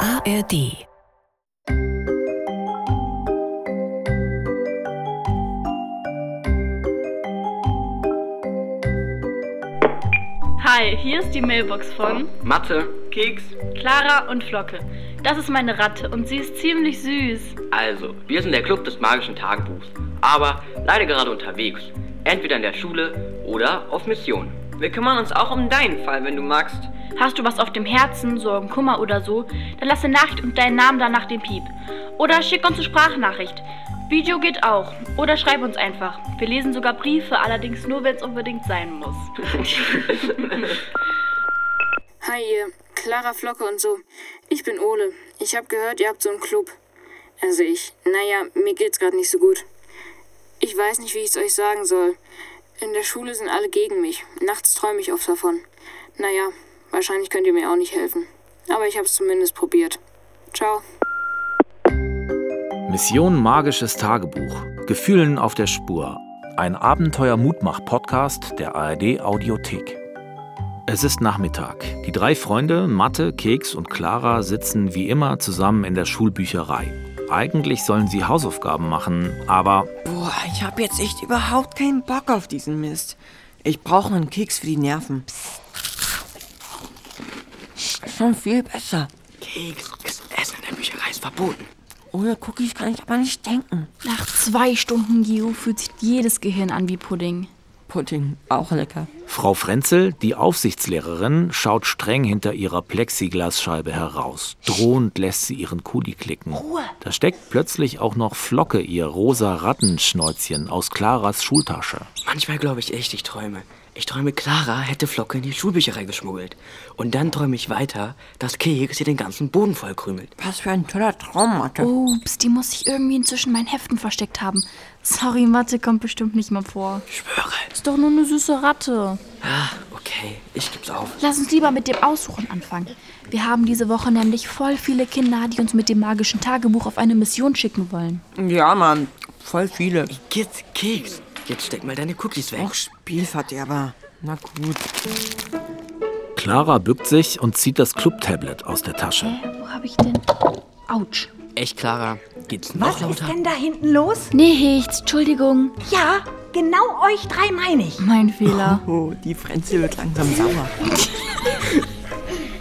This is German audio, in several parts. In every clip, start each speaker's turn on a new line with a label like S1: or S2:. S1: ARD.
S2: Hi, hier ist die Mailbox von
S3: Mathe, Keks.
S2: Clara und Flocke. Das ist meine Ratte und sie ist ziemlich süß.
S3: Also, wir sind der Club des magischen Tagebuchs, aber leider gerade unterwegs. Entweder in der Schule oder auf Mission.
S4: Wir kümmern uns auch um deinen Fall, wenn du magst.
S2: Hast du was auf dem Herzen, Sorgen, Kummer oder so, dann lass eine Nachricht und deinen Namen danach dem Piep. Oder schick uns eine Sprachnachricht. Video geht auch. Oder schreib uns einfach. Wir lesen sogar Briefe, allerdings nur, wenn es unbedingt sein muss.
S5: Hi ihr, Clara Flocke und so. Ich bin Ole. Ich hab gehört, ihr habt so einen Club. Also ich. Naja, mir geht's gerade nicht so gut. Ich weiß nicht, wie ich's euch sagen soll. In der Schule sind alle gegen mich. Nachts träume ich oft davon. Naja, wahrscheinlich könnt ihr mir auch nicht helfen. Aber ich hab's zumindest probiert. Ciao.
S6: Mission Magisches Tagebuch. Gefühlen auf der Spur. Ein Abenteuer-Mutmach-Podcast der ARD Audiothek. Es ist Nachmittag. Die drei Freunde, Mathe, Keks und Clara, sitzen wie immer zusammen in der Schulbücherei. Eigentlich sollen sie Hausaufgaben machen, aber
S7: Boah, ich hab jetzt echt überhaupt keinen Bock auf diesen Mist. Ich brauche einen Keks für die Nerven. Schon viel besser.
S3: Keks, das Essen in der Bücherei ist verboten.
S7: Ohne Cookies kann ich aber nicht denken.
S8: Nach zwei Stunden Geo fühlt sich jedes Gehirn an wie Pudding.
S7: Pudding, auch lecker.
S6: Frau Frenzel, die Aufsichtslehrerin, schaut streng hinter ihrer Plexiglasscheibe heraus. Drohend lässt sie ihren Kuli klicken. Da steckt plötzlich auch noch Flocke ihr rosa Rattenschnäuzchen aus Claras Schultasche.
S9: Manchmal glaube ich echt, ich träume. Ich träume, Clara hätte Flocke in die Schulbücherei geschmuggelt. Und dann träume ich weiter, dass Keks ihr den ganzen Boden vollkrümelt.
S7: Was für ein toller Traum, Mathe.
S8: Ups, die muss sich irgendwie inzwischen meinen Heften versteckt haben. Sorry, Mathe kommt bestimmt nicht mehr vor.
S9: Ich schwöre.
S8: Ist doch nur eine süße Ratte.
S9: Ah, okay, ich geb's auf.
S8: Lass uns lieber mit dem Aussuchen anfangen. Wir haben diese Woche nämlich voll viele Kinder, die uns mit dem magischen Tagebuch auf eine Mission schicken wollen.
S3: Oh.
S7: Ja, Mann, voll viele.
S9: Jetzt, Keks, jetzt steck mal deine Cookies weg.
S7: Auch Spielverderber. Na gut.
S6: Clara bückt sich und zieht das Club-Tablet aus der Tasche.
S8: Hä, wo habe ich denn? Autsch.
S9: Echt, Clara, geht's noch
S10: Was ist
S9: lauter?
S10: denn da hinten los?
S8: Nichts, Entschuldigung.
S10: Ja, genau euch drei meine ich.
S8: Mein Fehler.
S7: Oh, die Frenzel wird langsam sauer.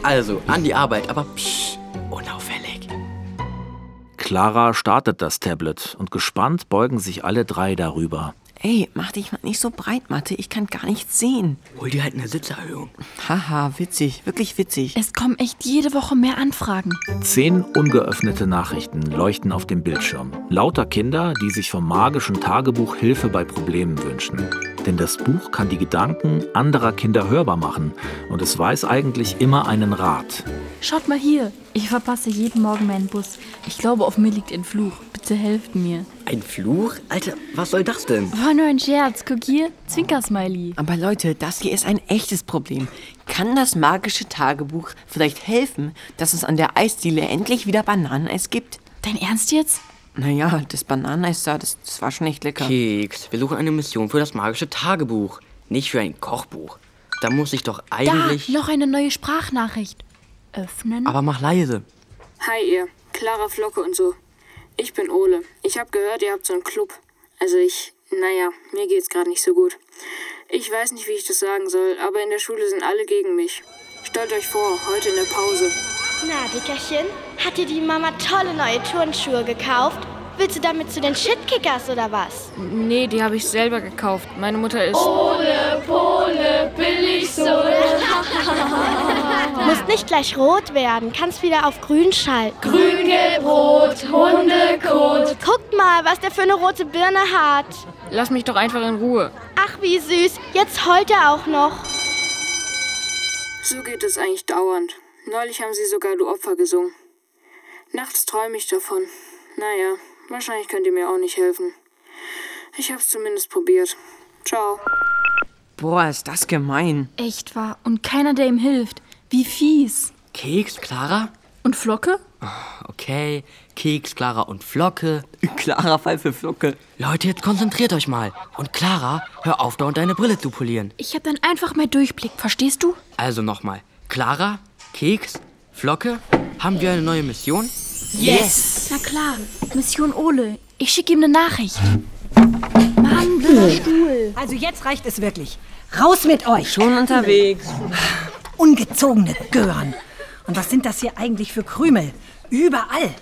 S9: Also, an die Arbeit, aber psch, unauffällig.
S6: Clara startet das Tablet und gespannt beugen sich alle drei darüber.
S7: Ey, mach dich mal nicht so breit, Mathe. Ich kann gar nichts sehen.
S9: Hol dir halt eine Sitzerhöhung.
S7: Haha, witzig. Wirklich witzig.
S8: Es kommen echt jede Woche mehr Anfragen.
S6: Zehn ungeöffnete Nachrichten leuchten auf dem Bildschirm. Lauter Kinder, die sich vom magischen Tagebuch Hilfe bei Problemen wünschen. Denn das Buch kann die Gedanken anderer Kinder hörbar machen und es weiß eigentlich immer einen Rat.
S8: Schaut mal hier. Ich verpasse jeden Morgen meinen Bus. Ich glaube, auf mir liegt ein Fluch. Bitte helft mir.
S9: Ein Fluch? Alter, was soll das denn?
S8: War Oh, nur ein Scherz. Guck hier. Zwinker-Smiley.
S7: Aber Leute, das hier ist ein echtes Problem. Kann das magische Tagebuch vielleicht helfen, dass es an der Eisdiele endlich wieder Bananeneis gibt?
S8: Dein Ernst jetzt?
S7: Naja, das Bananeneis da, das, das war schon echt lecker.
S9: Keks, wir suchen eine Mission für das magische Tagebuch, nicht für ein Kochbuch. Da muss ich doch
S8: Da,
S9: eigentlich.
S8: noch eine neue Sprachnachricht. Öffnen.
S9: Aber mach leise.
S5: Hi ihr, Clara Flocke und so. Ich bin Ole. Ich hab gehört, ihr habt so einen Club. Also ich, naja, mir geht's gerade nicht so gut. Ich weiß nicht, wie ich das sagen soll, aber in der Schule sind alle gegen mich. Stellt euch vor, heute in der Pause.
S11: Na, Dickerchen, hat dir die Mama tolle neue Turnschuhe gekauft? Willst du damit zu den Shitkickers oder was?
S12: Nee, die habe ich selber gekauft. Meine Mutter ist.
S11: Musst nicht gleich rot werden, kannst wieder auf grün schalten. Grüne Brot, Hundekot. Guckt mal, was der für eine rote Birne hat.
S12: Lass mich doch einfach in Ruhe.
S11: Ach, wie süß, jetzt heult er auch noch.
S5: So geht es eigentlich dauernd. Neulich haben sie sogar Du Opfer gesungen. Nachts träume ich davon. Naja, wahrscheinlich könnt ihr mir auch nicht helfen. Ich hab's zumindest probiert. Ciao.
S7: Boah, ist das gemein.
S8: Echt wahr. Und keiner, der ihm hilft. Wie fies.
S9: Keks, Clara?
S8: Und Flocke?
S9: Okay, Keks, Clara und Flocke.
S7: Klarer Fall für Flocke.
S9: Leute, jetzt konzentriert euch mal. Und Clara, hör auf, dauernd deine Brille zu polieren.
S8: Ich hab dann einfach mehr Durchblick. Verstehst du?
S9: Also nochmal. Clara, Keks, Flocke, haben wir eine neue Mission?
S8: Na klar, Mission Ole. Ich schicke ihm eine Nachricht. Mann, blöder Stuhl.
S1: Also jetzt reicht es wirklich. Raus mit euch.
S13: Schon unterwegs.
S1: Ungezogene Gören. Und was sind das hier eigentlich für Krümel? Überall.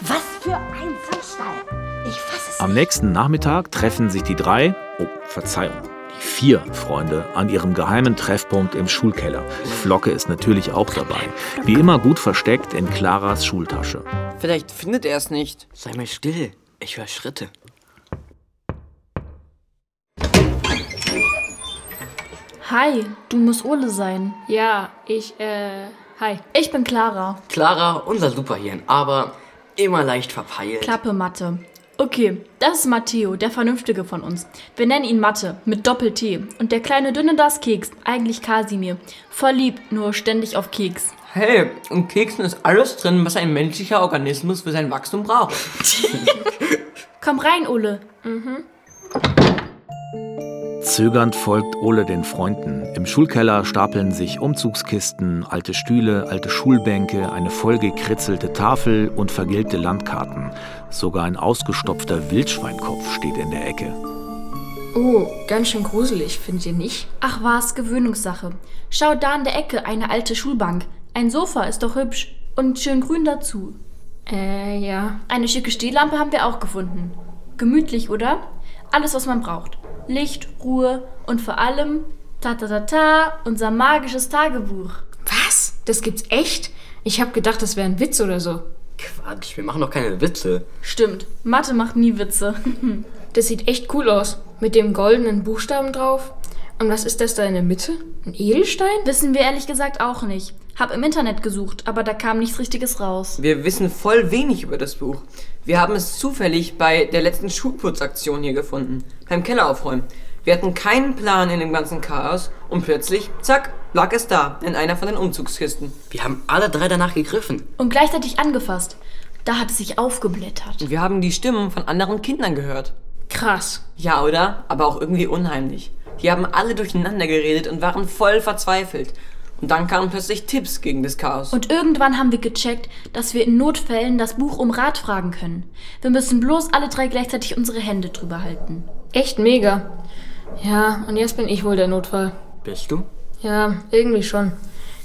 S1: Was für ein Sandstall. Ich fasse
S6: Am nächsten Nachmittag treffen sich die drei, oh, Verzeihung, die vier Freunde an ihrem geheimen Treffpunkt im Schulkeller. Flocke ist natürlich auch dabei, wie immer gut versteckt in Claras Schultasche.
S13: Vielleicht findet er es nicht.
S9: Sei mal still. Ich höre Schritte.
S8: Hi, du musst Ole sein.
S12: Ja, ich, äh, hi.
S8: Ich bin Clara.
S9: Clara, unser Superhirn, aber immer leicht verpeilt.
S8: Klappe Mathe. Okay, das ist Matteo, der Vernünftige von uns. Wir nennen ihn Mathe, mit Doppel-T. Und der kleine Dünne das Keks, eigentlich Kasimir. Voll lieb, nur ständig auf Keks.
S7: Hey, in Keksen ist alles drin, was ein menschlicher Organismus für sein Wachstum braucht.
S8: Komm rein, Ole.
S6: Zögernd folgt Ole den Freunden. Im Schulkeller stapeln sich Umzugskisten, alte Stühle, alte Schulbänke, eine vollgekritzelte Tafel und vergilbte Landkarten. Sogar ein ausgestopfter Wildschweinkopf steht in der Ecke.
S12: Oh, ganz schön gruselig, findet ihr nicht?
S8: Ach was, Gewöhnungssache. Schau da in der Ecke, eine alte Schulbank. Ein Sofa ist doch hübsch. Und schön grün dazu.
S12: Äh, ja.
S8: Eine schicke Stehlampe haben wir auch gefunden. Gemütlich, oder? Alles, was man braucht. Licht, Ruhe und vor allem, ta ta ta ta, unser magisches Tagebuch.
S12: Was? Das gibt's echt? Ich hab gedacht, das wäre ein Witz oder so.
S9: Quatsch, wir machen doch keine Witze.
S8: Stimmt, Mathe macht nie Witze.
S12: Das sieht echt cool aus. Mit dem goldenen Buchstaben drauf. Und was ist das da in der Mitte? Ein Edelstein?
S8: Wissen wir ehrlich gesagt auch nicht. Hab im Internet gesucht, aber da kam nichts Richtiges raus.
S7: Wir wissen voll wenig über das Buch. Wir haben es zufällig bei der letzten Schulputzaktion hier gefunden. Beim Keller aufräumen. Wir hatten keinen Plan in dem ganzen Chaos und plötzlich, zack, lag es da, in einer von den Umzugskisten.
S9: Wir haben alle drei danach gegriffen.
S8: Und gleichzeitig angefasst. Da hat es sich aufgeblättert.
S7: Und wir haben die Stimmen von anderen Kindern gehört.
S12: Krass.
S7: Ja, oder? Aber auch irgendwie unheimlich. Die haben alle durcheinander geredet und waren voll verzweifelt. Und dann kamen plötzlich Tipps gegen das Chaos.
S8: Und irgendwann haben wir gecheckt, dass wir in Notfällen das Buch um Rat fragen können. Wir müssen bloß alle drei gleichzeitig unsere Hände drüber halten.
S12: Echt mega. Ja, und jetzt bin ich wohl der Notfall.
S9: Bist du?
S12: Ja, irgendwie schon.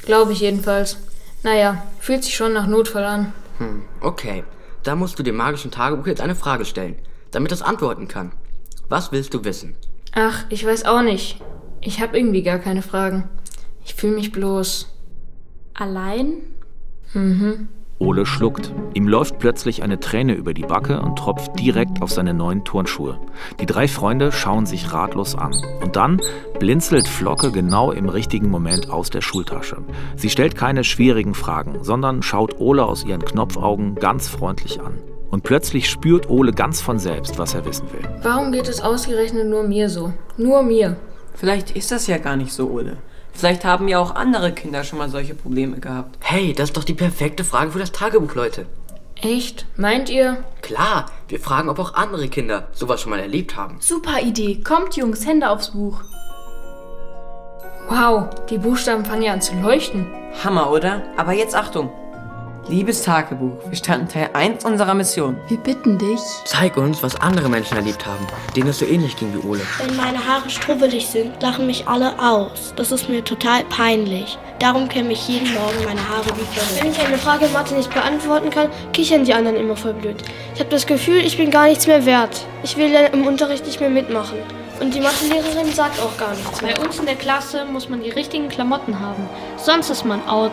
S12: Glaube ich jedenfalls. Naja, fühlt sich schon nach Notfall an.
S9: Hm, okay. Da musst du dem magischen Tagebuch jetzt eine Frage stellen, damit es antworten kann. Was willst du wissen?
S12: Ach, ich weiß auch nicht. Ich habe irgendwie gar keine Fragen. Ich fühle mich bloß.
S8: Allein?
S6: Ole schluckt. Ihm läuft plötzlich eine Träne über die Backe und tropft direkt auf seine neuen Turnschuhe. Die drei Freunde schauen sich ratlos an. Und dann blinzelt Flocke genau im richtigen Moment aus der Schultasche. Sie stellt keine schwierigen Fragen, sondern schaut Ole aus ihren Knopfaugen ganz freundlich an. Und plötzlich spürt Ole ganz von selbst, was er wissen will.
S12: Warum geht es ausgerechnet nur mir so? Nur mir.
S7: Vielleicht ist das ja gar nicht so, Ole. Vielleicht haben ja auch andere Kinder schon mal solche Probleme gehabt.
S9: Hey, das ist doch die perfekte Frage für das Tagebuch, Leute.
S12: Echt? Meint ihr?
S9: Klar, wir fragen, ob auch andere Kinder sowas schon mal erlebt haben.
S8: Super Idee. Kommt, Jungs, Hände aufs Buch.
S12: Wow, die Buchstaben fangen ja an zu leuchten.
S7: Hammer, oder? Aber jetzt Achtung. Liebes Tagebuch, wir standen Teil 1 unserer Mission.
S8: Wir bitten dich.
S9: Zeig uns, was andere Menschen erlebt haben, denen es so ähnlich ging wie Ole.
S14: Wenn meine Haare strubbelig sind, lachen mich alle aus. Das ist mir total peinlich. Darum kämme ich jeden Morgen meine Haare wie verrückt.
S11: Wenn ich eine Frage in Mathe nicht beantworten kann, kichern die anderen immer voll blöd. Ich habe das Gefühl, ich bin gar nichts mehr wert. Ich will ja im Unterricht nicht mehr mitmachen. Und die Mathelehrerin sagt auch gar nichts mehr.
S15: Bei uns in der Klasse muss man die richtigen Klamotten haben, sonst ist man out.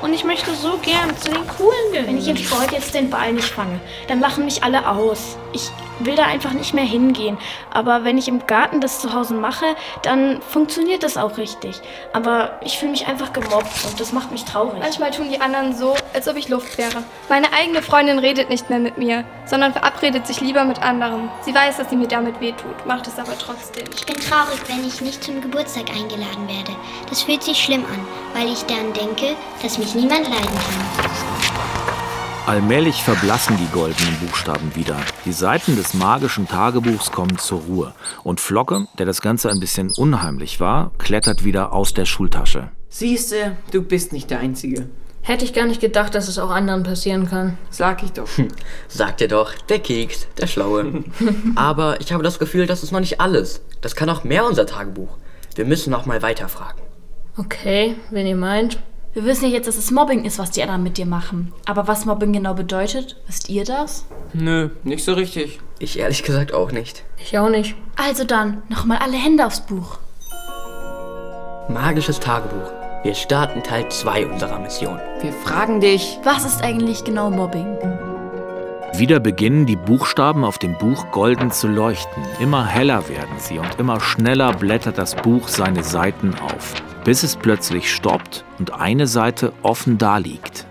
S15: Und ich möchte so gern zu den Coolen gehören.
S11: Wenn ich im Sport jetzt den Ball nicht fange, dann lachen mich alle aus. Ich will da einfach nicht mehr hingehen. Aber wenn ich im Garten das zu Hause mache, dann funktioniert das auch richtig. Aber ich fühle mich einfach gemobbt und das macht mich traurig.
S15: Manchmal tun die anderen so, als ob ich Luft wäre. Meine eigene Freundin redet nicht mehr mit mir, sondern verabredet sich lieber mit anderen. Sie weiß, dass sie mir damit wehtut, macht es aber trotzdem.
S16: Ich bin traurig, wenn ich nicht zum Geburtstag eingeladen werde. Das fühlt sich schlimm an, weil ich daran denke, dass mich niemand leiden kann.
S6: Allmählich verblassen die goldenen Buchstaben wieder. Die Seiten des magischen Tagebuchs kommen zur Ruhe. Und Flocke, der das Ganze ein bisschen unheimlich war, klettert wieder aus der Schultasche.
S7: Siehste, du bist nicht der Einzige.
S12: Hätte ich gar nicht gedacht, dass es auch anderen passieren kann.
S7: Sag ich doch.
S9: Hm, sagt ihr doch, der Keks, der Schlaue. Aber ich habe das Gefühl, das ist noch nicht alles. Das kann auch mehr unser Tagebuch. Wir müssen noch mal weiterfragen.
S12: Okay, wenn ihr meint.
S8: Wir wissen ja jetzt, dass es Mobbing ist, was die anderen mit dir machen. Aber was Mobbing genau bedeutet, wisst ihr das?
S7: Nö, nicht so richtig.
S9: Ich ehrlich gesagt auch nicht.
S12: Ich auch nicht.
S8: Also dann, nochmal alle Hände aufs Buch.
S9: Magisches Tagebuch. Wir starten Teil 2 unserer Mission.
S7: Wir fragen dich.
S8: Was ist eigentlich genau Mobbing?
S6: Wieder beginnen die Buchstaben auf dem Buch golden zu leuchten. Immer heller werden sie und immer schneller blättert das Buch seine Seiten auf, bis es plötzlich stoppt und eine Seite offen daliegt.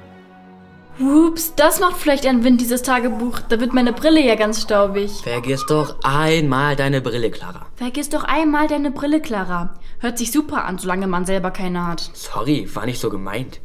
S8: Ups, das macht vielleicht ein Wind, dieses Tagebuch. Da wird meine Brille ja ganz staubig.
S9: Vergiss doch einmal deine Brille, Clara.
S8: Vergiss doch einmal deine Brille, Clara. Hört sich super an, solange man selber keine hat.
S9: Sorry, war nicht so gemeint.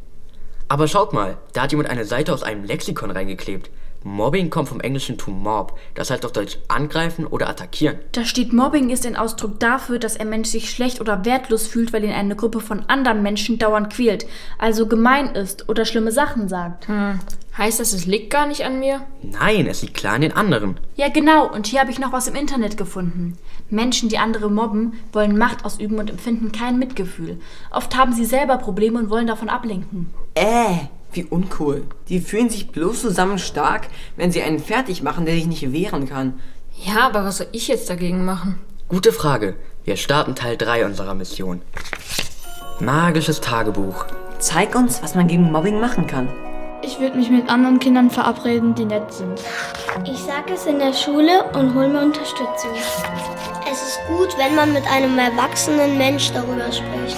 S9: Aber schaut mal, da hat jemand eine Seite aus einem Lexikon reingeklebt. Mobbing kommt vom englischen to mob, das heißt auf Deutsch angreifen oder attackieren.
S8: Da steht, Mobbing ist ein Ausdruck dafür, dass ein Mensch sich schlecht oder wertlos fühlt, weil ihn eine Gruppe von anderen Menschen dauernd quält, also gemein ist oder schlimme Sachen sagt.
S12: Hm. Heißt das, es liegt gar nicht an mir?
S9: Nein, es liegt klar an den anderen.
S8: Ja, genau, und hier habe ich noch was im Internet gefunden. Menschen, die andere mobben, wollen Macht ausüben und empfinden kein Mitgefühl. Oft haben sie selber Probleme und wollen davon ablenken.
S7: Äh, wie uncool. Die fühlen sich bloß zusammen stark, wenn sie einen fertig machen, der sich nicht wehren kann.
S12: Ja, aber was soll ich jetzt dagegen machen?
S9: Gute Frage. Wir starten Teil 3 unserer Mission. Magisches Tagebuch.
S13: Zeig uns, was man gegen Mobbing machen kann.
S11: Ich würde mich mit anderen Kindern verabreden, die nett sind.
S16: Ich sage es in der Schule und hole mir Unterstützung. Es ist gut, wenn man mit einem erwachsenen Mensch darüber spricht.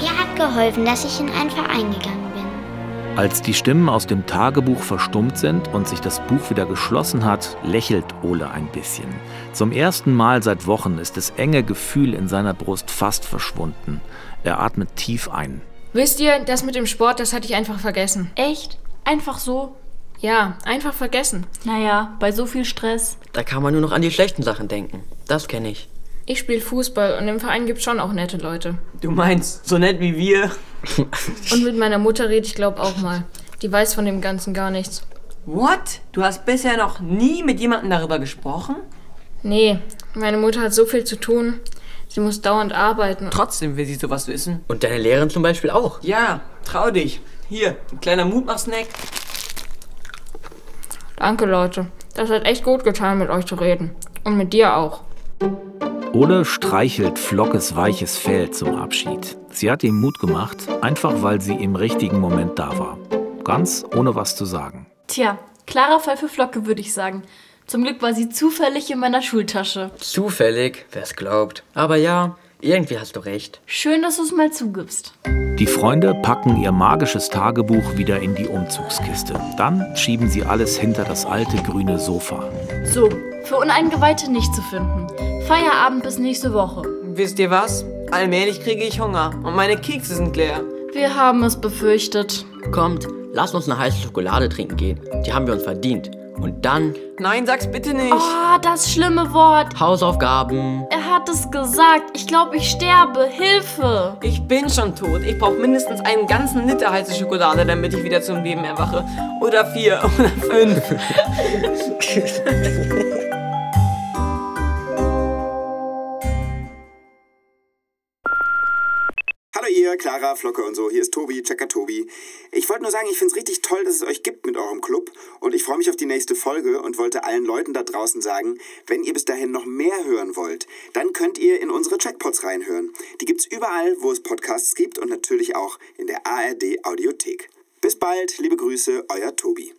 S16: Mir hat geholfen, dass ich in einen Verein gegangen bin.
S6: Als die Stimmen aus dem Tagebuch verstummt sind und sich das Buch wieder geschlossen hat, lächelt Ole ein bisschen. Zum ersten Mal seit Wochen ist das enge Gefühl in seiner Brust fast verschwunden. Er atmet tief ein.
S12: Wisst ihr, das mit dem Sport, das hatte ich einfach vergessen.
S8: Echt? Einfach so?
S12: Ja, einfach vergessen.
S8: Naja, bei so viel Stress.
S9: Da kann man nur noch an die schlechten Sachen denken. Das kenne ich.
S12: Ich spiele Fußball und im Verein gibt schon auch nette Leute.
S7: Du meinst, so nett wie wir?
S12: Und mit meiner Mutter rede ich glaub auch mal. Die weiß von dem Ganzen gar nichts.
S7: What? Du hast bisher noch nie mit jemandem darüber gesprochen?
S12: Nee, meine Mutter hat so viel zu tun. Sie muss dauernd arbeiten.
S7: Trotzdem will sie sowas wissen.
S9: Und deine Lehrerin zum Beispiel auch.
S7: Ja, trau dich. Hier, ein kleiner Mutmach-Snack.
S12: Danke, Leute. Das hat echt gut getan, mit euch zu reden. Und mit dir auch.
S6: Ole streichelt Flockes weiches Fell zum Abschied. Sie hat ihm Mut gemacht, einfach weil sie im richtigen Moment da war. Ganz ohne was zu sagen.
S8: Tja, klarer Fall für Flocke, würde ich sagen. Zum Glück war sie zufällig in meiner Schultasche.
S9: Zufällig, wer's glaubt. Aber ja, irgendwie hast du recht.
S8: Schön, dass du es mal zugibst.
S6: Die Freunde packen ihr magisches Tagebuch wieder in die Umzugskiste. Dann schieben sie alles hinter das alte grüne Sofa.
S8: So, für Uneingeweihte nicht zu finden. Feierabend bis nächste Woche.
S7: Wisst ihr was? Allmählich kriege ich Hunger und meine Kekse sind leer.
S8: Wir haben es befürchtet.
S9: Kommt, lasst uns eine heiße Schokolade trinken gehen. Die haben wir uns verdient. Und dann
S7: Nein, sag's bitte nicht.
S8: Oh, das schlimme Wort.
S9: Hausaufgaben.
S8: Er hat es gesagt. Ich glaube, ich sterbe. Hilfe.
S7: Ich bin schon tot. Ich brauche mindestens einen ganzen Liter heiße Schokolade, damit ich wieder zum Leben erwache. Oder vier oder fünf.
S17: Hallo ihr, Clara, Flocke und so. Hier ist Tobi, Checker Tobi. Ich wollte nur sagen, ich finde es richtig toll, dass es euch gibt mit eurem Club. Und ich freue mich auf die nächste Folge und wollte allen Leuten da draußen sagen, wenn ihr bis dahin noch mehr hören wollt, dann könnt ihr in unsere Checkpots reinhören. Die gibt's überall, wo es Podcasts gibt und natürlich auch in der ARD Audiothek. Bis bald, liebe Grüße, euer Tobi.